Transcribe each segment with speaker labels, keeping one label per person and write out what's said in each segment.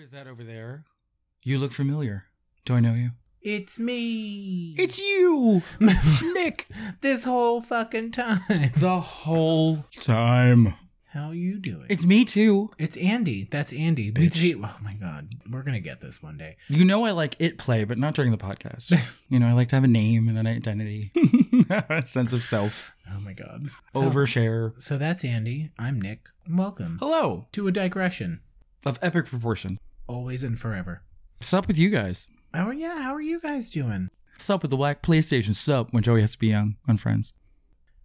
Speaker 1: is that over there? You look familiar. Do I know you?
Speaker 2: It's me.
Speaker 1: It's you, Nick.
Speaker 2: this whole fucking time.
Speaker 1: The whole time.
Speaker 2: How you doing?
Speaker 1: It's me too.
Speaker 2: It's Andy. That's Andy.
Speaker 1: Bitch.
Speaker 2: Bitch. Oh my god. We're gonna get this one day.
Speaker 1: You know I like it play, but not during the podcast. you know I like to have a name and an identity, sense of self,
Speaker 2: Oh my god. So-
Speaker 1: overshare.
Speaker 2: So that's Andy. I'm Nick. And Welcome
Speaker 1: Hello,
Speaker 2: to a digression.
Speaker 1: of epic proportions.
Speaker 2: Always and forever.
Speaker 1: What's up with you guys?
Speaker 2: Oh yeah. How are you guys doing?
Speaker 1: What's up with the whack PlayStation? What's up when Joey has to be young on Friends?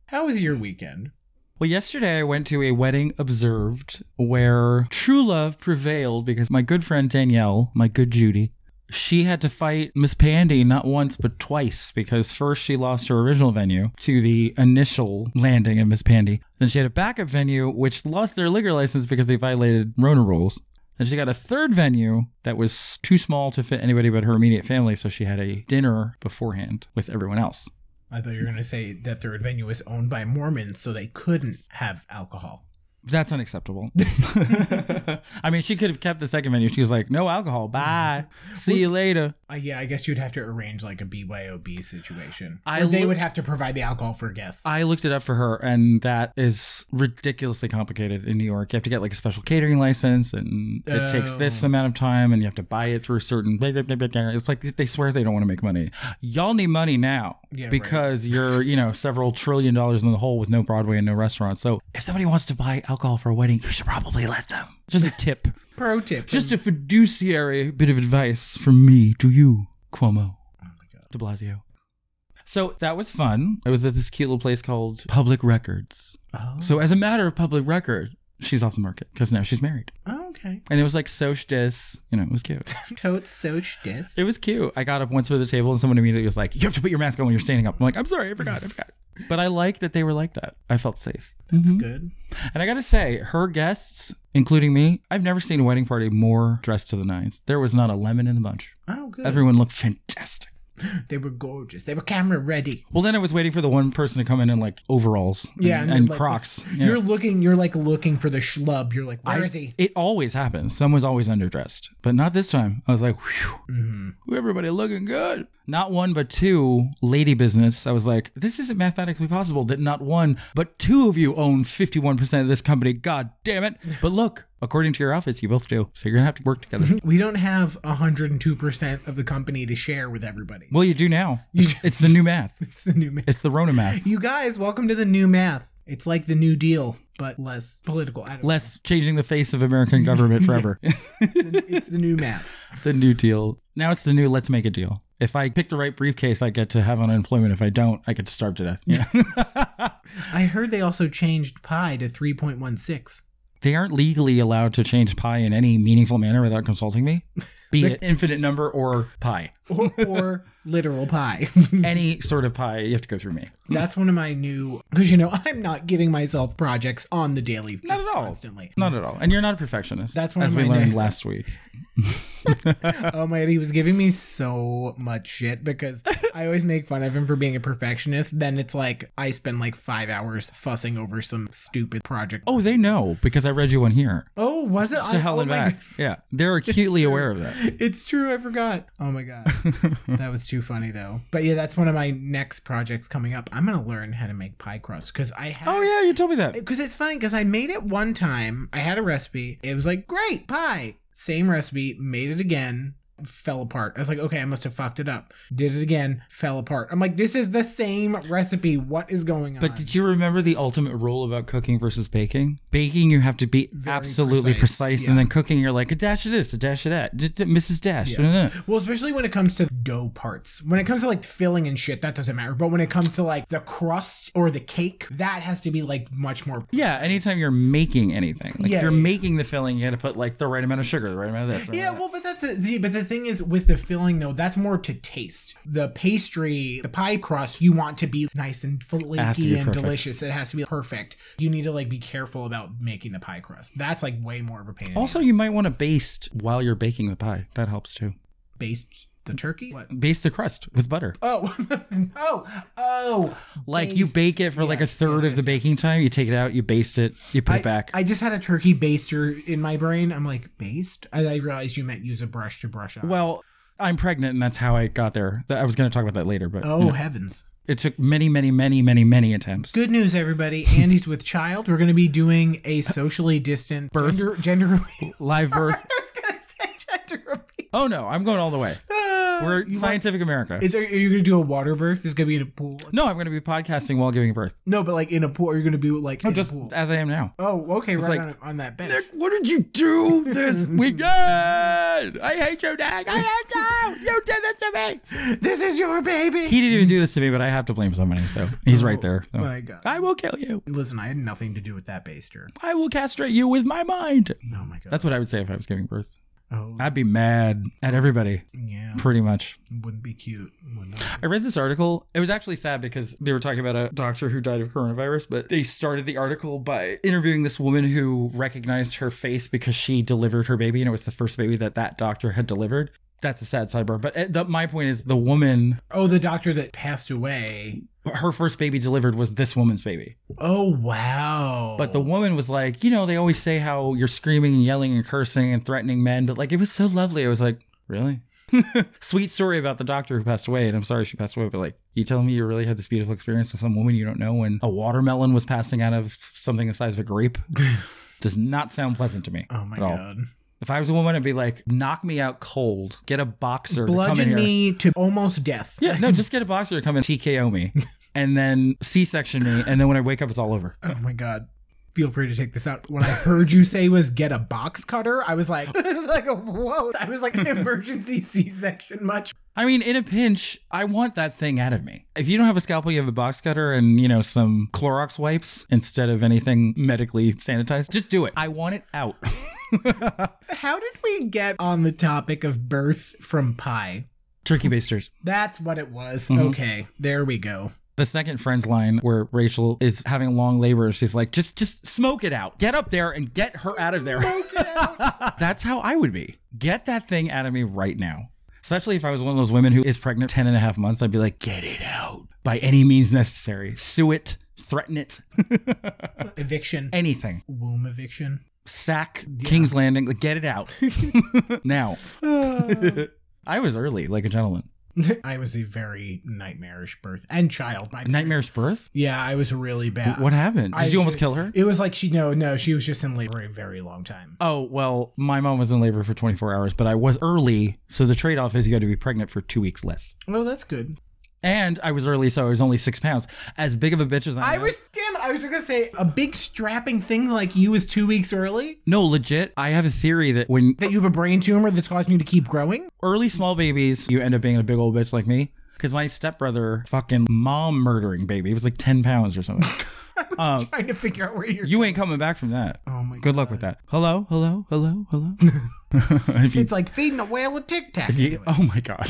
Speaker 2: How was your weekend?
Speaker 1: Well, yesterday I went to a wedding observed where true love prevailed because my good friend Danielle, my good Judy, she had to fight Miss Pandy not once but twice because first she lost her original venue to the initial landing of Miss Pandy. Then she had a backup venue which lost their liquor license because they violated Rona rules. Then she got a third venue that was too small to fit anybody but her immediate family, so she had a dinner beforehand with everyone else.
Speaker 2: I thought you were gonna say that their venue was owned by Mormons, so they couldn't have alcohol.
Speaker 1: That's unacceptable. I mean, she could have kept the second venue. She was like, no alcohol. Bye. See you later.
Speaker 2: Uh, yeah, I guess you'd have to arrange like a BYOB situation.
Speaker 1: I
Speaker 2: Or they
Speaker 1: look-
Speaker 2: would have to provide the alcohol for guests.
Speaker 1: I looked it up for her, and that is ridiculously complicated in New York. You have to get like a special catering license, and it takes this
Speaker 2: Oh.
Speaker 1: amount of time, and you have to buy it through certain. Blah, blah, blah, blah, blah. It's like they swear they don't want to make money. Y'all need money now
Speaker 2: Yeah, right.
Speaker 1: because you're, you know, several trillion dollars in the hole with no Broadway and no restaurants. So if somebody wants to buy alcohol for a wedding, you should probably let them. Just a tip.
Speaker 2: Pro tip.
Speaker 1: Just a fiduciary bit of advice from me to you, Cuomo.
Speaker 2: Oh
Speaker 1: De Blasio. So that was fun. I was at this cute little place called Public Records.
Speaker 2: oh,
Speaker 1: So as a matter of public record, she's off the market because now she's married.
Speaker 2: oh, okay.
Speaker 1: And it was like soch dis. You know, it was cute.
Speaker 2: Totes so shtis.
Speaker 1: It was cute. I got up once with the table and someone immediately was like, You have to put your mask on when you're standing up. I'm like, I'm sorry, I forgot, I forgot. But I like that they were like that. I felt safe.
Speaker 2: That's good.
Speaker 1: And I gotta say, her guests, including me, I've never seen a wedding party more dressed to the nines. There was not a lemon in the bunch.
Speaker 2: Oh, good.
Speaker 1: Everyone looked fantastic.
Speaker 2: they were gorgeous. They were camera ready.
Speaker 1: Well, then I was waiting for the one person to come in in like overalls and,
Speaker 2: Yeah,
Speaker 1: and,
Speaker 2: and like-
Speaker 1: Crocs. Yeah.
Speaker 2: You're looking. You're like looking for the schlub. You're like, where
Speaker 1: I-
Speaker 2: is he?
Speaker 1: It always happens. Someone's always underdressed, but not this time. I was like, whew,
Speaker 2: hmm
Speaker 1: everybody looking good. Not one, but two lady business. I was like, this isn't mathematically possible that not one, but two of you own 51% of this company. God damn it. But look, according to your outfits, you both do. So you're going to have to work together.
Speaker 2: We don't have 102 percent of the company to share with everybody.
Speaker 1: Well, you do now. It's, it's the new math.
Speaker 2: It's the new math.
Speaker 1: It's the Rona math.
Speaker 2: You guys, welcome to the new math. It's like the New Deal, but less political. I don't
Speaker 1: Less changing the face of American government forever.
Speaker 2: know. It's the new math.
Speaker 1: the new deal. Now it's the new let's make a deal. If I pick the right briefcase, I get to have unemployment. If I don't, I get to starve to death. Yeah.
Speaker 2: I heard they also changed pi to 3.16.
Speaker 1: they aren't legally allowed to change pi in any meaningful manner without consulting me, be it infinite number or pi.
Speaker 2: Or, or literal pi.
Speaker 1: Any sort of pi, you have to go through me.
Speaker 2: That's one of my new because you know I'm not giving myself projects on the daily.
Speaker 1: Not
Speaker 2: just
Speaker 1: at all.
Speaker 2: Constantly.
Speaker 1: Not at all. And you're not a perfectionist.
Speaker 2: That's one
Speaker 1: as
Speaker 2: of
Speaker 1: we
Speaker 2: my
Speaker 1: learned
Speaker 2: next-
Speaker 1: last week.
Speaker 2: Oh my god, he was giving me so much shit because I always make fun of him for being a perfectionist. Then it's like I spend like five hours fussing over some stupid project.
Speaker 1: Oh, they know because I read you one here.
Speaker 2: oh, was it?
Speaker 1: So
Speaker 2: I-
Speaker 1: hell
Speaker 2: oh
Speaker 1: and
Speaker 2: my
Speaker 1: back. Yeah. They're acutely aware of that.
Speaker 2: God. It's true. I forgot. Oh my god, that was too funny though. But yeah, that's one of my next projects coming up. I'm gonna learn how to make pie crust because I have.
Speaker 1: Oh, yeah. You told me that.
Speaker 2: because it's funny because I made it one time. I had a recipe. It was like great pie. Same recipe. Made it again. Fell apart. I was like, okay, I must have fucked it up. Did it again. Fell apart. I'm like, this is the same recipe. What is going on?
Speaker 1: But did you remember the ultimate rule about cooking versus baking? Baking, you have to be
Speaker 2: Very
Speaker 1: absolutely precise,
Speaker 2: precise,
Speaker 1: and
Speaker 2: yeah.
Speaker 1: then cooking, you're like a dash of this, a dash of that, d- d- Mrs. Dash.
Speaker 2: Yeah. well, especially when it comes to dough parts. When it comes to like filling and shit, that doesn't matter. But when it comes to like the crust or the cake, that has to be like much more.
Speaker 1: Yeah, anytime you're making anything, like if
Speaker 2: Yeah,
Speaker 1: you're
Speaker 2: yeah.
Speaker 1: making the filling, you got to put like the right amount of sugar, the right amount of this. the right
Speaker 2: Yeah,
Speaker 1: amount of
Speaker 2: well, but that's a, the but the thing is with the filling though, that's more to taste. The pastry, the pie crust, you want to be nice and
Speaker 1: has to be
Speaker 2: flaky and
Speaker 1: perfect.
Speaker 2: delicious. It has to be perfect. You need to like be careful about making the pie crust. That's like way more of a pain. in
Speaker 1: that.
Speaker 2: the
Speaker 1: Also,
Speaker 2: ass.
Speaker 1: you might want to baste while you're baking the pie. That helps too.
Speaker 2: based the turkey? What?
Speaker 1: Baste the crust with butter.
Speaker 2: Oh, oh, oh.
Speaker 1: Like you
Speaker 2: Baste.
Speaker 1: bake it for like a
Speaker 2: Yes,
Speaker 1: third
Speaker 2: yes,
Speaker 1: of the
Speaker 2: yes,
Speaker 1: baking time. You take it out, you baste it, you put
Speaker 2: I,
Speaker 1: it back.
Speaker 2: I just had a turkey baster in my brain. I'm like, based? I, I realized you meant use a brush to brush on.
Speaker 1: well, I'm pregnant, and that's how I got there. Th- I was going to talk about that later, but
Speaker 2: oh,
Speaker 1: you know,
Speaker 2: heavens.
Speaker 1: it took many, many, many, many, many attempts.
Speaker 2: Good news, everybody. Andy's with child. We're going to be doing a socially distant
Speaker 1: Birth.
Speaker 2: gender. gender reveal.
Speaker 1: Live birth.
Speaker 2: I was going to say gender reveal.
Speaker 1: Oh no, I'm going all the way.
Speaker 2: Ah,
Speaker 1: We're
Speaker 2: you want-
Speaker 1: scientific America.
Speaker 2: Is there, are you going to do a water birth? Is going to be in a pool?
Speaker 1: no, I'm going to be podcasting while giving birth.
Speaker 2: No, but like in a pool. Are you going to be like in
Speaker 1: Oh, Just
Speaker 2: a pool?
Speaker 1: as I am now.
Speaker 2: Oh, okay. Right
Speaker 1: like-
Speaker 2: on, on that bench.
Speaker 1: Nick, what did you do this weekend? I hate you, Nick. I hate you. You did this to me.
Speaker 2: This is your baby.
Speaker 1: He didn't even do this to me, but I have to blame somebody. So he's right there. So.
Speaker 2: my God.
Speaker 1: I will kill you.
Speaker 2: Listen, I had nothing to do with that baster.
Speaker 1: I will castrate you with my mind.
Speaker 2: Oh my god.
Speaker 1: That's what I would say if I was giving birth.
Speaker 2: oh
Speaker 1: I'd be mad at everybody,
Speaker 2: yeah.
Speaker 1: pretty much.
Speaker 2: Wouldn't be cute. Would not.
Speaker 1: I read this article. It was actually sad because they were talking about a doctor who died of coronavirus, but they started the article by interviewing this woman who recognized her face because she delivered her baby and it was the first baby that that doctor had delivered. That's a sad sidebar. But uh, the, my point is the woman,
Speaker 2: Oh, the doctor that passed away.
Speaker 1: her first baby delivered was this woman's baby.
Speaker 2: Oh wow.
Speaker 1: But the woman was like, you know, they always say how you're screaming and yelling and cursing and threatening men, but like it was so lovely. I was like, really? Sweet story about the doctor who passed away, and I'm sorry she passed away, but like, you telling me you really had this beautiful experience with some woman you don't know when a watermelon was passing out of something the size of a grape? Does not sound pleasant to me.
Speaker 2: Oh my
Speaker 1: at all.
Speaker 2: god.
Speaker 1: If I was a woman, I'd be like, knock me out cold, get a boxer to come in
Speaker 2: Bludgeon
Speaker 1: here.
Speaker 2: me to almost death.
Speaker 1: Yeah, no, just get a boxer to come and TKO me, and then C-section me, and then when I wake up, it's all over.
Speaker 2: Oh my god. Feel free to take this out. What I heard you say was get a box cutter. I was like, I was like, whoa. I was like, emergency C-section much.
Speaker 1: I mean, in a pinch, I want that thing out of me. If you don't have a scalpel, you have a box cutter and, you know, some Clorox wipes instead of anything medically sanitized. Just do it. I want it out.
Speaker 2: How did we get on the topic of birth from pie?
Speaker 1: Turkey basters.
Speaker 2: That's what it was.
Speaker 1: Mhm.
Speaker 2: Okay, there we go.
Speaker 1: The second friend's line where Rachel is having long labor, she's like, just just smoke it out. Get up there and get her out of there. That's how I would be. Get that thing out of me right now. Especially if I was one of those women who is pregnant 10 and a half months, I'd be like, get it out by any means necessary. Sue it, threaten it,
Speaker 2: Eviction.
Speaker 1: anything.
Speaker 2: Womb eviction.
Speaker 1: sack King's Landing. Like, Get it out now. I was early, like a gentleman.
Speaker 2: I was a very nightmarish birth and child. My
Speaker 1: Nightmare's birth.
Speaker 2: Yeah, I was really bad.
Speaker 1: What happened? Did
Speaker 2: I-
Speaker 1: you almost kill her?
Speaker 2: It was like she no no she was just in labor for a very long time.
Speaker 1: Oh well, my mom was in labor for 24 hours, but I was early, so the trade-off is you got to be pregnant for two weeks less.
Speaker 2: Well, that's good.
Speaker 1: And I was early, so I was only six pounds. As big of a bitch as I,
Speaker 2: I
Speaker 1: am-
Speaker 2: was damn. I was just gonna say a big strapping thing like you was two weeks early.
Speaker 1: No, legit. I have a theory that when
Speaker 2: That you have a brain tumor that's causing you to keep growing.
Speaker 1: early small babies, you end up being a big old bitch like me. Because my stepbrother, fucking mom murdering baby, it was like 10 pounds or something. um,
Speaker 2: Trying to figure out where you're.
Speaker 1: you ain't coming back from that.
Speaker 2: oh my
Speaker 1: Good luck with that. Hello, hello, hello, hello. if you,
Speaker 2: It's like feeding a whale a tic tac.
Speaker 1: if you- oh my god!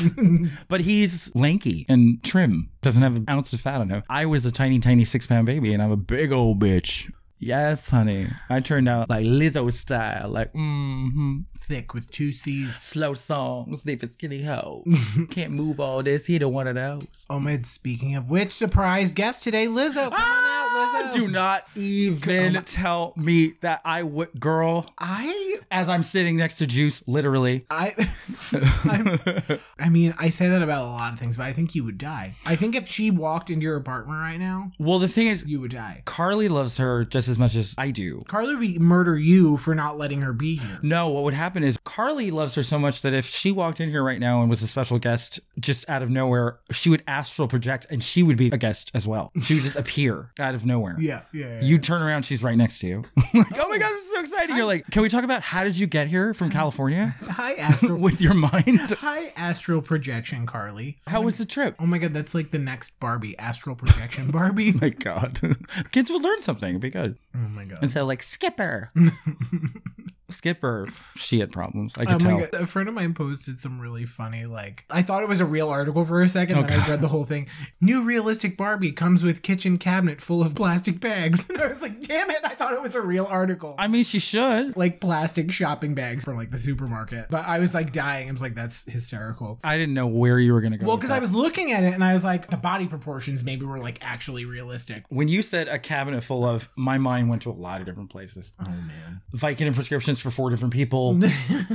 Speaker 1: but he's lanky and trim, doesn't have an ounce of fat on him. I was a tiny, tiny six-pound baby, and I'm a big old bitch. Yes, honey. I turned out like Lizzo style, like mm-hmm.
Speaker 2: Thick with two C's.
Speaker 1: slow songs, leave a skinny hoe. Can't move all this. He don't want of those.
Speaker 2: Oh man! Speaking of which, surprise guest today, Lizzo. Come on out, Lizzo.
Speaker 1: Do not even tell me that I would, girl.
Speaker 2: I
Speaker 1: As I'm sitting next to Juice, literally.
Speaker 2: I, I'm- I mean, I say that about a lot of things, but I think you would die. I think if she walked into your apartment right now,
Speaker 1: Well, the thing is,
Speaker 2: you would die.
Speaker 1: Carly loves her just as much as I do.
Speaker 2: Carly would murder you for not letting her be here.
Speaker 1: No, what would happen is Carly loves her so much that if she walked in here right now and was a special guest just out of nowhere, she would astral project and she would be a guest as well. She would just appear out of nowhere.
Speaker 2: Yeah, yeah.
Speaker 1: You turn around, she's right next to you. like, oh my God, this is so exciting. You're like, can we talk about how did you get here from California
Speaker 2: high astral,
Speaker 1: with your mind?
Speaker 2: high astral projection, Carly.
Speaker 1: How was the trip?
Speaker 2: Oh my god, that's like the next Barbie astral projection, Barbie.
Speaker 1: My God. Kids would learn something. It'd be good.
Speaker 2: Oh my god.
Speaker 1: And so, like, Skipper. Skipper, she had problems. I
Speaker 2: Oh
Speaker 1: could
Speaker 2: my
Speaker 1: tell.
Speaker 2: God. A friend of mine posted some really funny, like, I thought it was a real article for a second,
Speaker 1: Oh,
Speaker 2: then
Speaker 1: God.
Speaker 2: I read the whole thing. New realistic Barbie comes with kitchen cabinet full of plastic bags. And I was like, damn it, I thought it was a real article.
Speaker 1: I mean, she should.
Speaker 2: like plastic shopping bags from like the supermarket. But I was like dying. I was like, that's hysterical.
Speaker 1: I didn't know where you were going to go.
Speaker 2: Well,
Speaker 1: with
Speaker 2: because I
Speaker 1: that.
Speaker 2: was looking at it and I was like, the body proportions maybe were like actually realistic.
Speaker 1: When you said a cabinet full of, my mind went to a lot of different places.
Speaker 2: Oh man.
Speaker 1: Viking and prescriptions for four different people,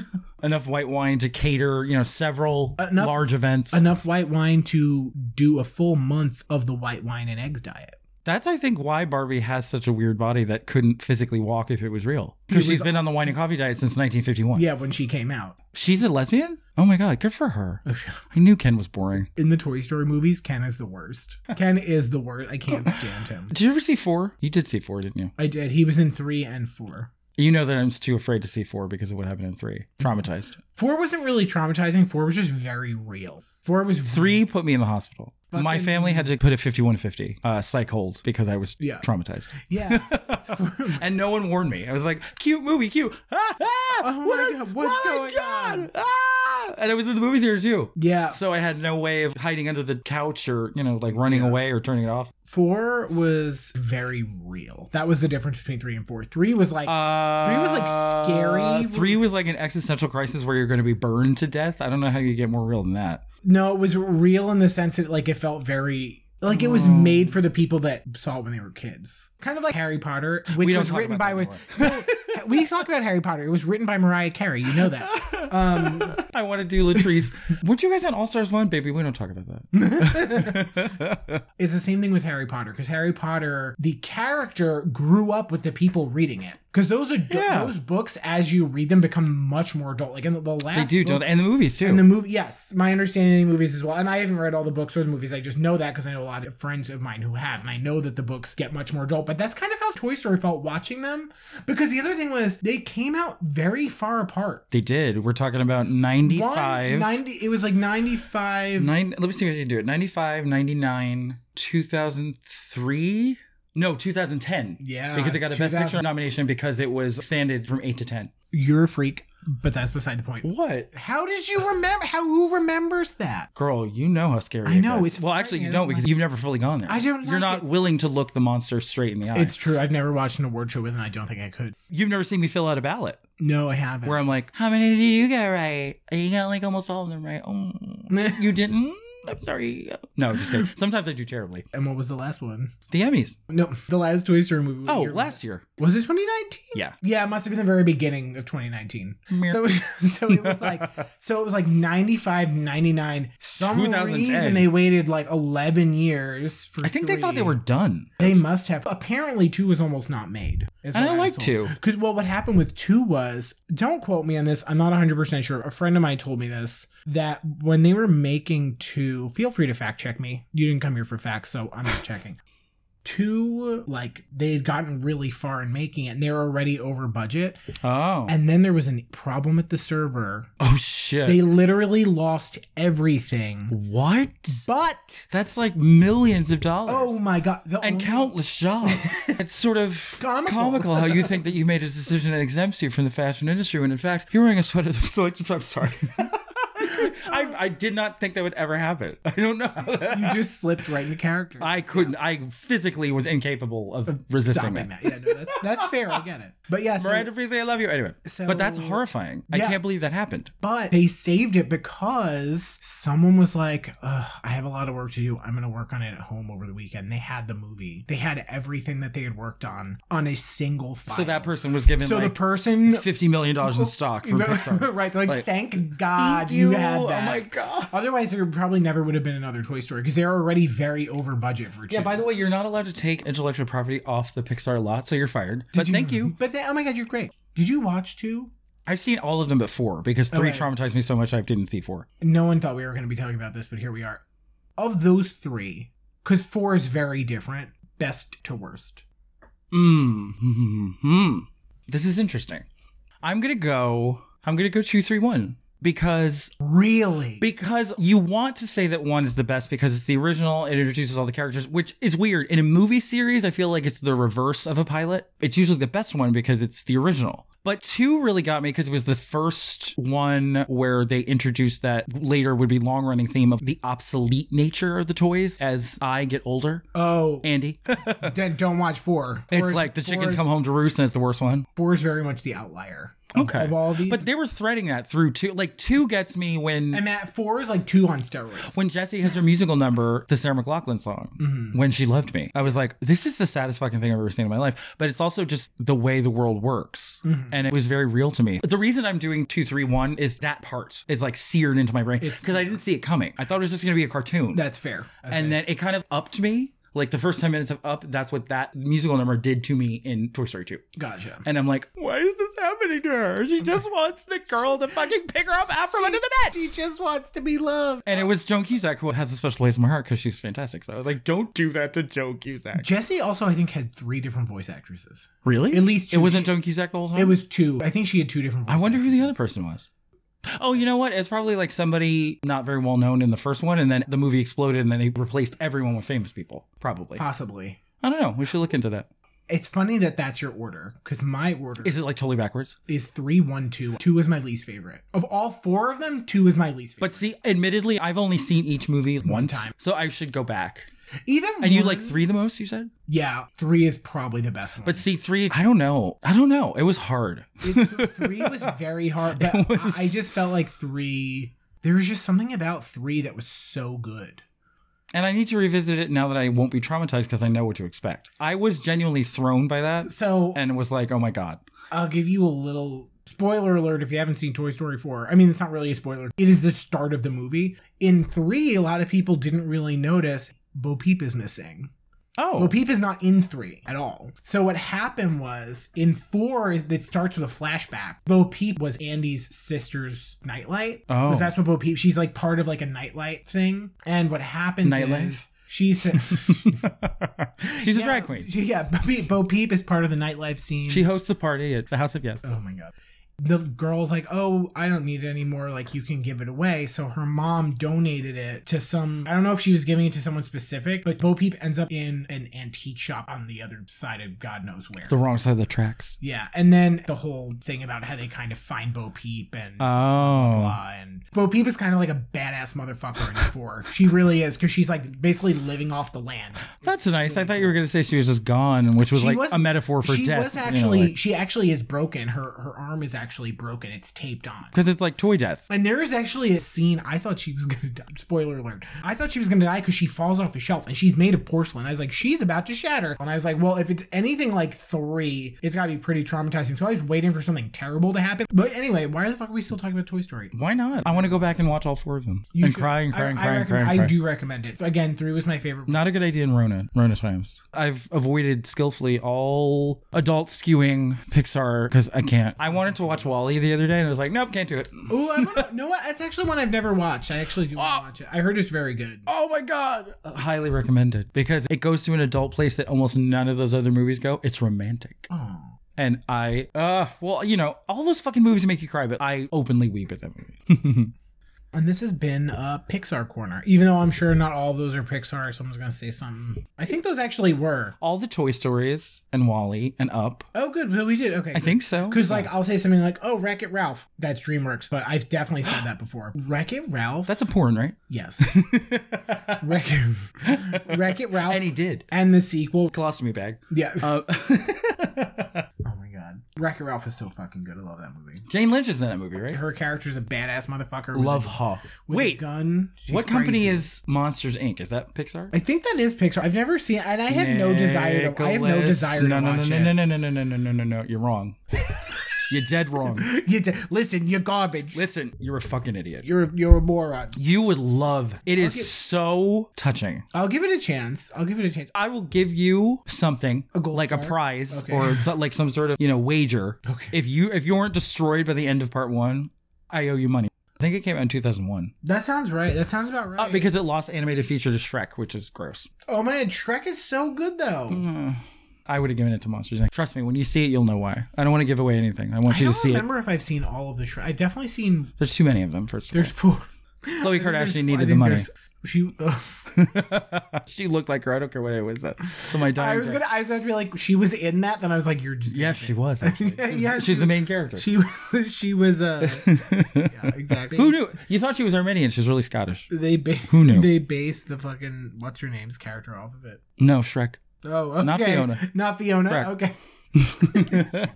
Speaker 1: enough white wine to cater, you know, several
Speaker 2: Enough-
Speaker 1: large events.
Speaker 2: Enough white wine to do a full month of the white wine and eggs diet.
Speaker 1: That's, I think, why Barbie has such a weird body that couldn't physically walk if it was real. Because
Speaker 2: It
Speaker 1: she's
Speaker 2: was-
Speaker 1: been on the wine and coffee diet since 1951.
Speaker 2: Yeah, when she came out.
Speaker 1: She's a lesbian? Oh my God, good for her. I knew Ken was boring.
Speaker 2: In the Toy Story movies, Ken is the worst. Ken is the worst. I can't stand him.
Speaker 1: Did you ever see four? You did see four, didn't you?
Speaker 2: I did. He was in three and four.
Speaker 1: You know that I'm too afraid to see four because of what happened in three. Traumatized.
Speaker 2: Four wasn't really traumatizing. Four was just very real. Four was
Speaker 1: Three put me in the hospital. My
Speaker 2: Fucking-
Speaker 1: family had to put a 5150 uh, psych hold because I was
Speaker 2: Yeah.
Speaker 1: traumatized.
Speaker 2: Yeah.
Speaker 1: and no one warned me. I was like, cute movie, cute. Ah, ah,
Speaker 2: Oh
Speaker 1: what
Speaker 2: my
Speaker 1: a-
Speaker 2: God, what's
Speaker 1: oh
Speaker 2: going on?
Speaker 1: Ah! And I was in the movie theater too.
Speaker 2: yeah.
Speaker 1: So I had no way of hiding under the couch or, you know, like running
Speaker 2: Yeah.
Speaker 1: away or turning it off.
Speaker 2: Four was very real. That was the difference between three and four. Three was like,
Speaker 1: Uh,
Speaker 2: Three was, like, scary.
Speaker 1: Three was like an existential crisis where you're going to be burned to death. I don't know how you get more real than that.
Speaker 2: no, it was real in the sense that like it felt very. Like it was
Speaker 1: Mm.
Speaker 2: made for the people that saw it when they were kids, kind of like Harry Potter, which
Speaker 1: We don't
Speaker 2: was
Speaker 1: talk
Speaker 2: written by.
Speaker 1: about that
Speaker 2: No, we talk about Harry Potter. It was written by Mariah Carey. You know that. Um,
Speaker 1: I want to do Latrice. Weren't you guys on All Stars One, baby? We don't talk about that.
Speaker 2: it's the same thing with Harry Potter because Harry Potter, the character grew up with the people reading it because those are
Speaker 1: Yeah.
Speaker 2: those books as you read them become much more adult. Like in the, the last,
Speaker 1: they do,
Speaker 2: book-
Speaker 1: don't they? And the movies too.
Speaker 2: And the movie, yes, my understanding of the movies as well. And I haven't read all the books or the movies. I just know that because I know a lot of friends of mine who have, and I know that the books get much more adult. But that's kind of how Toy Story felt watching them. Because the other thing was they came out very far apart.
Speaker 1: they did. We're talking about
Speaker 2: One,
Speaker 1: 95.
Speaker 2: 90 It was like ninety-five.
Speaker 1: nine, let me see if I can do it. 95, 99, 2003? No, 2010.
Speaker 2: yeah,
Speaker 1: because it got a Best
Speaker 2: 2000
Speaker 1: Picture nomination because it was expanded from 8 to 10.
Speaker 2: You're a freak, but that's beside the point.
Speaker 1: What?
Speaker 2: How did you remember? How who remembers that?
Speaker 1: Girl, you know how scary
Speaker 2: I
Speaker 1: it
Speaker 2: know,
Speaker 1: is.
Speaker 2: it's
Speaker 1: well, actually, you
Speaker 2: frightening. I
Speaker 1: don't
Speaker 2: don't
Speaker 1: because
Speaker 2: like-
Speaker 1: you've never fully gone there.
Speaker 2: I don't
Speaker 1: You're
Speaker 2: like
Speaker 1: not
Speaker 2: it.
Speaker 1: willing to look the monster straight in the eye.
Speaker 2: It's true. I've never watched an award show with an I don't think I could.
Speaker 1: you've never seen me fill out a ballot
Speaker 2: No, I haven't.
Speaker 1: where I'm like, how many did you get right? You got like almost all of them right. Oh, you didn't? I'm sorry. No, just kidding. Sometimes I do terribly.
Speaker 2: and what was the last one?
Speaker 1: The Emmys.
Speaker 2: No, the last Toy Story movie. was
Speaker 1: Oh,
Speaker 2: your-
Speaker 1: last year.
Speaker 2: was it 2019?
Speaker 1: Yeah.
Speaker 2: Yeah, it must have been the very beginning of 2019. So, so it was like, so it was like 95, 99. Some
Speaker 1: 2010.
Speaker 2: reason they waited like 11 years for.
Speaker 1: I think they thought they
Speaker 2: three.
Speaker 1: were done.
Speaker 2: They must have. Apparently, two was almost not made.
Speaker 1: And I like to.
Speaker 2: Because well, what happened with two was, don't quote me on this. I'm not 100 percent sure. A friend of mine told me this that when they were making two, feel free to fact check me. You didn't come here for facts, so I'm not checking. Two, like they had gotten really far in making it, and they were already over budget.
Speaker 1: Oh.
Speaker 2: And then there was a problem at the server.
Speaker 1: oh, shit.
Speaker 2: They literally lost everything.
Speaker 1: what?
Speaker 2: But
Speaker 1: That's like millions of dollars.
Speaker 2: oh my god, the
Speaker 1: and
Speaker 2: only-
Speaker 1: countless jobs. it's sort of comical.
Speaker 2: Comical.
Speaker 1: how you think that you made a decision that exempts you from the fashion industry when in fact you're wearing a sweater that's selected. I'm sorry. I, I did not think that would ever happen. I don't know. how that-
Speaker 2: you just slipped right into character.
Speaker 1: I couldn't. I physically was incapable of resisting
Speaker 2: stopping
Speaker 1: that.
Speaker 2: that. Yeah, no, that's, that's fair. I get it. But yes,
Speaker 1: Miranda Priestley, I love you. Anyway,
Speaker 2: So-
Speaker 1: but that's horrifying. I
Speaker 2: Yeah.
Speaker 1: can't believe that happened.
Speaker 2: but they saved it because someone was like, Ugh, I have a lot of work to do. I'm going to work on it at home over the weekend. They had the movie, they had everything that they had worked on on a single file.
Speaker 1: So that person was given
Speaker 2: So the
Speaker 1: like
Speaker 2: person.
Speaker 1: fifty million dollars in stock from Pixar.
Speaker 2: right. They're like,
Speaker 1: Like,
Speaker 2: thank God
Speaker 1: Thank
Speaker 2: you, had
Speaker 1: Oh
Speaker 2: that.
Speaker 1: my god.
Speaker 2: Otherwise, there probably never would have been another Toy Story because they're already very over budget for two.
Speaker 1: Yeah. By the way, you're not allowed to take intellectual property off the Pixar lot, so you're fired.
Speaker 2: Did
Speaker 1: but thank you.
Speaker 2: But they, oh my God, you're great. Did you watch two?
Speaker 1: I've seen all of them but four because three
Speaker 2: Okay.
Speaker 1: traumatized me so much I didn't see four.
Speaker 2: no one thought we were going to be talking about this, but here we are. Of those three, because four is very different, best to worst.
Speaker 1: Mm. Hmm. This is interesting. I'm gonna go. I'm gonna go two, three, one. because
Speaker 2: Really?
Speaker 1: because you want to say that one is the best because it's the original it introduces all the characters which is weird in a movie series i feel like it's the reverse of a pilot it's usually the best one because it's the original but two really got me because it was the first one where they introduced that later would be long running theme of the obsolete nature of the toys as I get older.
Speaker 2: oh,
Speaker 1: Andy,
Speaker 2: then don't watch four. Four
Speaker 1: it's
Speaker 2: is-
Speaker 1: like the
Speaker 2: four
Speaker 1: chickens
Speaker 2: is-
Speaker 1: come home to roost and it's the worst one.
Speaker 2: Four is very much the outlier. Of,
Speaker 1: Okay.
Speaker 2: Of all these,
Speaker 1: But they were threading that through two. Like two gets me when
Speaker 2: and that four is like two on steroids.
Speaker 1: when Jessie has her musical number, the Sarah McLaughlin song, When She Loved Me, I was like, this is the saddest fucking thing I've ever seen in my life. But it's also just the way the world works. And it was very real to me. The reason I'm doing 231 is that part is like seared into my brain because I didn't see it coming. I thought it was just going to be a cartoon.
Speaker 2: That's fair.
Speaker 1: And then it kind of upped me. Like the first 10 minutes of Up, that's what that musical number did to me in Toy Story 2.
Speaker 2: gotcha.
Speaker 1: And I'm like, why is this happening to her? She just wants the girl to fucking pick her up out from under the bed.
Speaker 2: She just wants to be loved.
Speaker 1: And it was Joan Cusack who has a special place in my heart because she's fantastic. So I was like, don't do that to Joan Cusack.
Speaker 2: Jesse also, I think, had three different voice actresses.
Speaker 1: Really?
Speaker 2: At least
Speaker 1: it
Speaker 2: two.
Speaker 1: wasn't Joan Cusack the whole time.
Speaker 2: It was two. I think she had two different. Voice
Speaker 1: I wonder who the
Speaker 2: actresses.
Speaker 1: other person was. Oh, you know what? It's probably like somebody not very well known in the first one, and then the movie exploded, and then they replaced everyone with famous people. Probably.
Speaker 2: Possibly.
Speaker 1: I don't know. We should look into that.
Speaker 2: It's funny that that's your order because my order is,
Speaker 1: Is it like totally backwards?
Speaker 2: three, one, two. Two is my least favorite of all four of them. Two is my least favorite.
Speaker 1: But see, admittedly, I've only seen each movie once,
Speaker 2: time.
Speaker 1: so I should go back.
Speaker 2: But even
Speaker 1: And you like
Speaker 2: one-
Speaker 1: three the most? You said.
Speaker 2: Yeah, three is probably the best one.
Speaker 1: But see, three. Um, I don't know. I don't know. It was hard.
Speaker 2: It- three was very hard, but
Speaker 1: It was-
Speaker 2: I I just felt like three. There was just something about three that was so good.
Speaker 1: And I need to revisit it now that I won't be traumatized because I know what to expect. I was genuinely thrown by that
Speaker 2: So
Speaker 1: and was like, oh my God.
Speaker 2: I'll give you a little spoiler alert if you haven't seen Toy Story 4. I mean, it's not really a spoiler, it is the start of the movie. In three, a lot of people didn't really notice Bo Peep is missing.
Speaker 1: Oh.
Speaker 2: Bo Peep is not in three at all. So what happened was in four, it starts with a flashback. Bo Peep was Andy's sister's nightlight.
Speaker 1: Oh.
Speaker 2: Because that's what Bo Peep. She's like part of like a nightlight thing. And what happens
Speaker 1: Nightlife?
Speaker 2: is she said,
Speaker 1: She's a drag queen.
Speaker 2: Yeah, Bo Peep, Bo Peep is part of the nightlife scene.
Speaker 1: She hosts a party at the House of Yes.
Speaker 2: oh my god. The girl's like, oh, I don't need it anymore. Like, you can give it away. So her mom donated it to some. I don't know if she was giving it to someone specific, but Bo Peep ends up in an antique shop on the other side of God knows where.
Speaker 1: It's the wrong side of the tracks.
Speaker 2: Yeah, and then the whole thing about how they kind of find Bo Peep and
Speaker 1: Oh.
Speaker 2: blah, and Bo Peep is kind of like a badass motherfucker in four. She really is because she's like basically living off the land.
Speaker 1: That's nice. I thought you were going to say she was just gone, which was
Speaker 2: She
Speaker 1: like
Speaker 2: was-
Speaker 1: a metaphor for
Speaker 2: she
Speaker 1: death.
Speaker 2: was actually she actually is broken. Her her arm is actually broken. It's taped on.
Speaker 1: Because it's like toy death.
Speaker 2: And there is actually a scene I thought she was gonna die. Spoiler alert! I thought she was gonna die because she falls off the shelf and she's made of porcelain. I was like, she's about to shatter. And I was like, well, if it's anything like three, it's gotta be pretty traumatizing. So I was waiting for something terrible to happen. But anyway, why the fuck are we still talking about Toy Story?
Speaker 1: Why not? I want to go back and watch all four of them.
Speaker 2: You
Speaker 1: and
Speaker 2: should-
Speaker 1: cry and cry and
Speaker 2: I,
Speaker 1: cry
Speaker 2: I,
Speaker 1: and cry.
Speaker 2: recommend-
Speaker 1: and cry.
Speaker 2: I do recommend it. Again, three was my favorite.
Speaker 1: Not a good idea in Rona, Rona times. I've avoided skillfully all adult skewing Pixar because I can't. I wanted to watch Wally the other day and I was like, nope, can't do it.
Speaker 2: Oh, I wanna, no, what? That's actually one I've never watched. I actually do want to watch it. I heard it's very good.
Speaker 1: Oh my God. Highly recommended because it goes to an adult place that almost none of those other movies go. It's romantic.
Speaker 2: Oh.
Speaker 1: And I, uh, well, you know, all those fucking movies make you cry, but I openly weep at that movie.
Speaker 2: And this has been uh, Pixar Corner. Even though I'm sure not all of those are Pixar, someone's going to say something. I think those actually were.
Speaker 1: all the Toy Stories and Wally and Up.
Speaker 2: Oh, good. So we did. Okay.
Speaker 1: I think so.
Speaker 2: Because, like, I'll say something like, oh, Wreck It Ralph. That's DreamWorks, but I've definitely said that before. Wreck It Ralph?
Speaker 1: that's a porn, right?
Speaker 2: yes. Wreck It, Wreck -It Ralph.
Speaker 1: And he did.
Speaker 2: And the sequel.
Speaker 1: Colostomy bag.
Speaker 2: Yeah.
Speaker 1: Uh,
Speaker 2: oh, my God. Wreck It Ralph is so fucking good. I love that movie.
Speaker 1: Jane Lynch is in that movie, right?
Speaker 2: Her character's a badass motherfucker. with
Speaker 1: Love
Speaker 2: a-
Speaker 1: Hawk.
Speaker 2: with a
Speaker 1: Wait,
Speaker 2: gun. She's
Speaker 1: what company
Speaker 2: crazy.
Speaker 1: is Monsters Inc? Is that Pixar?
Speaker 2: I think that is Pixar. I've never seen, and I had no desire to. I have no
Speaker 1: Nicholas-
Speaker 2: desire to
Speaker 1: no, no,
Speaker 2: watch
Speaker 1: no,
Speaker 2: it.
Speaker 1: No, no, no, no, no, no, no, no, no. You're wrong. you're dead wrong.
Speaker 2: You d- listen, you're garbage.
Speaker 1: Listen, you're a fucking idiot.
Speaker 2: You're you're a moron.
Speaker 1: You would love. It is
Speaker 2: Okay.
Speaker 1: so touching.
Speaker 2: I'll give it a chance. I'll give it a chance.
Speaker 1: I will give you something
Speaker 2: A gold
Speaker 1: like a
Speaker 2: star?
Speaker 1: prize
Speaker 2: Okay.
Speaker 1: or so- like some sort of you know wager.
Speaker 2: Okay,
Speaker 1: If you if you weren't destroyed by the end of part one, I owe you money. I think it came out in 2001
Speaker 2: that sounds right. That sounds about right.
Speaker 1: uh, because it lost animated feature to Shrek, which is gross.
Speaker 2: oh man, Shrek is so good though.
Speaker 1: Mm. I would have given it to Monsters Inc. Trust me, when you see it, you'll know why. I don't want to give away anything. I want
Speaker 2: I
Speaker 1: you
Speaker 2: don't
Speaker 1: to see it.
Speaker 2: remember if I've seen all of the show. I've definitely seen.
Speaker 1: There's too many of them. First of
Speaker 2: There's four.
Speaker 1: Khloe
Speaker 2: I think there's
Speaker 1: Kardashian
Speaker 2: four-
Speaker 1: needed the
Speaker 2: I think
Speaker 1: money.
Speaker 2: there's- She. ugh.
Speaker 1: all, she looked like her. I don't care what it was. Uh, So my dying.
Speaker 2: I was
Speaker 1: day-
Speaker 2: gonna. I was about to be like, she was in that. Then I was like, you're just.
Speaker 1: Yes, she was. Actually.
Speaker 2: Yeah, yeah,
Speaker 1: she's
Speaker 2: she
Speaker 1: the main character.
Speaker 2: She. was- She was. Uh, yeah, exactly.
Speaker 1: Who knew? You thought she was Armenian. She's really Scottish.
Speaker 2: They ba-
Speaker 1: Who knew?
Speaker 2: They based the fucking what's her name's character off of it.
Speaker 1: No, Shrek.
Speaker 2: Oh, okay.
Speaker 1: Not Fiona.
Speaker 2: Not Fiona.
Speaker 1: Correct.
Speaker 2: Okay.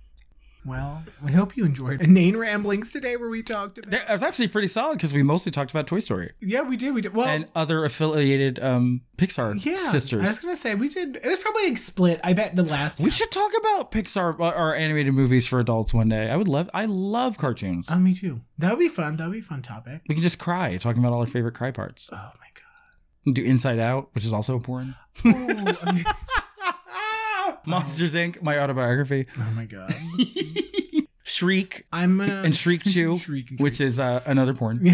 Speaker 2: Well, we hope you enjoyed inane ramblings today, where we talked about.
Speaker 1: That was actually pretty solid because we mostly talked about Toy Story
Speaker 2: yeah, we did. We did. Well,
Speaker 1: and other affiliated um, Pixar
Speaker 2: yeah. I was
Speaker 1: sisters.
Speaker 2: gonna say we did. It was probably like split. I bet the last.
Speaker 1: We should talk about Pixar or- or animated movies for adults one day. I would love. I love cartoons.
Speaker 2: Oh, me too. That would be fun. That would be a fun topic.
Speaker 1: we can just cry talking about all our favorite cry parts.
Speaker 2: Oh my god.
Speaker 1: Do Inside Out, which is also porn.
Speaker 2: Oh. Ooh, I mean-
Speaker 1: Monsters Inc. My autobiography.
Speaker 2: Oh my god.
Speaker 1: Shriek
Speaker 2: I'm gonna
Speaker 1: and Shriek Two,
Speaker 2: Shriek and
Speaker 1: which is uh, another porn.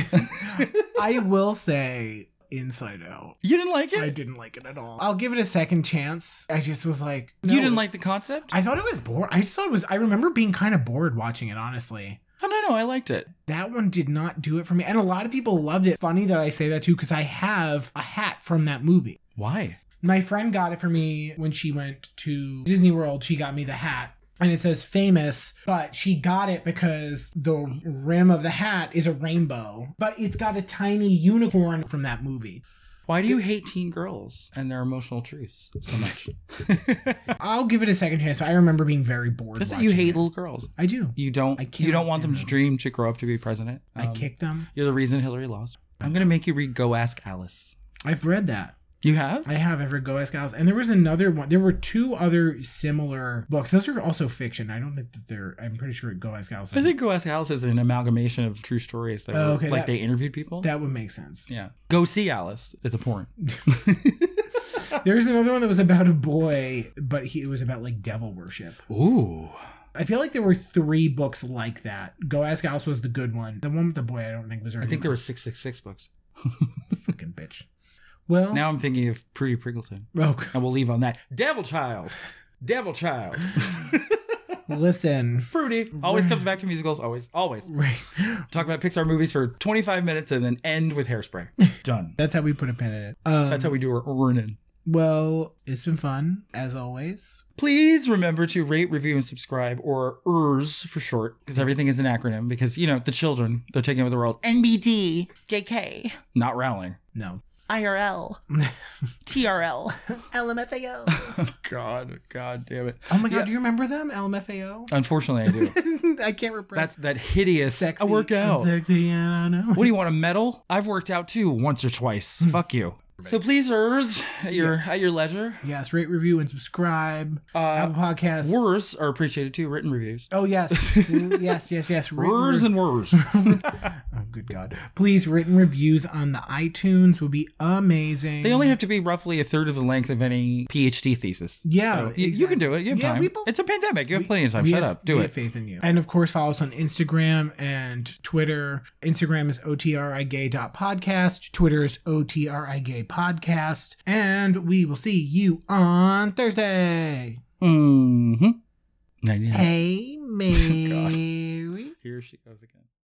Speaker 2: I will say Inside Out.
Speaker 1: You didn't like
Speaker 2: I
Speaker 1: it.
Speaker 2: didn't like it at all. I'll give it a second chance. I just was like, no.
Speaker 1: You didn't like the concept.
Speaker 2: I thought it was bored. I just thought it was. I remember being kind of bored watching it. Honestly,
Speaker 1: I don't know. Oh, I liked it.
Speaker 2: that one did not do it for me. And a lot of people loved it. Funny that I say that too, because I have a hat from that movie.
Speaker 1: Why?
Speaker 2: My friend got it for me when she went to Disney World. She got me the hat. And it says famous, but she got it because the rim of the hat is a rainbow, but it's got a tiny unicorn from that movie.
Speaker 1: Why do you hate teen girls and their emotional truths so much?
Speaker 2: I'll give it a second chance, but I remember being very bored.
Speaker 1: Just that you
Speaker 2: watching
Speaker 1: hate
Speaker 2: it.
Speaker 1: little girls.
Speaker 2: I do.
Speaker 1: You don't.
Speaker 2: I
Speaker 1: you don't
Speaker 2: cannot
Speaker 1: want them to
Speaker 2: stand them.
Speaker 1: dream to grow up to be president.
Speaker 2: I
Speaker 1: Um,
Speaker 2: kick them.
Speaker 1: You're the reason Hillary lost. I'm gonna make you read "Go Ask Alice."
Speaker 2: I've read that.
Speaker 1: You have?
Speaker 2: I have ever go ask Alice, and there was another one. There were two other similar books. Those are also fiction. I don't think that they're. I'm pretty sure go ask Alice.
Speaker 1: I think "Go Ask Alice" is an amalgamation of true stories that
Speaker 2: Oh,
Speaker 1: were-
Speaker 2: okay,
Speaker 1: like
Speaker 2: that-
Speaker 1: they interviewed people.
Speaker 2: that would make sense.
Speaker 1: yeah. Go see Alice. It's a porn.
Speaker 2: There's another one that was about a boy, but he, it was about like devil worship.
Speaker 1: Ooh.
Speaker 2: I feel like there were three books like that. Go ask Alice was the good one. The one with the boy, I don't think was.
Speaker 1: I think there were six six six books.
Speaker 2: fucking bitch. Well,
Speaker 1: Now I'm thinking of Pretty Priggleton,
Speaker 2: oh,
Speaker 1: and we'll leave on that. Devil Child. Devil Child.
Speaker 2: listen.
Speaker 1: Fruity always comes back to musicals. Always, always.
Speaker 2: Right.
Speaker 1: Talk about Pixar movies for 25 minutes and then end with Hairspray. Done.
Speaker 2: That's how we put a pin in it. Um,
Speaker 1: That's how we do our earning.
Speaker 2: Well, it's been fun as always.
Speaker 1: Please remember to rate, review, and subscribe, or ERS for short, because everything is an acronym. Because you know the children, they're taking over the world.
Speaker 3: NBD, JK,
Speaker 1: Not Rowling.
Speaker 2: No. Oh
Speaker 3: IRL, TRL, LMFAO.
Speaker 1: God, God damn it.
Speaker 2: Oh my god,
Speaker 1: Yeah.
Speaker 2: do you remember them? LMFAO?
Speaker 1: Unfortunately, I do.
Speaker 2: I can't
Speaker 1: That's
Speaker 2: repress
Speaker 1: that hideous.
Speaker 2: sexy.
Speaker 1: I work out.
Speaker 2: Sexy, I don't know.
Speaker 1: What do you want a medal? I've worked out too once or twice. Fuck you. So please ERS at your at your leisure.
Speaker 2: Yes, rate, review, and subscribe.
Speaker 1: Uh,
Speaker 2: Apple Podcasts.
Speaker 1: WERS are appreciated too. Written reviews.
Speaker 2: Oh yes, yes, yes, yes. Rate,
Speaker 1: WERS
Speaker 2: re-
Speaker 1: and WERS.
Speaker 2: oh, good God! Please, written reviews on the iTunes would be amazing.
Speaker 1: They only have to be roughly a third of the length of any PhD thesis.
Speaker 2: Yeah,
Speaker 1: So you, you can
Speaker 2: exactly.
Speaker 1: do it. You have
Speaker 2: Yeah,
Speaker 1: time.
Speaker 2: we both-
Speaker 1: it's a pandemic. You have plenty of time.
Speaker 2: We
Speaker 1: Shut
Speaker 2: have-
Speaker 1: up. Do
Speaker 2: we
Speaker 1: it.
Speaker 2: have faith in you. And of course, follow us on Instagram and Twitter. Instagram is otrigay.podcast. Twitter is otrigay podcast. And we will see you on Thursday.
Speaker 1: Mm-hmm. 99.
Speaker 2: Hey, Mary. Oh,
Speaker 1: Here she goes again.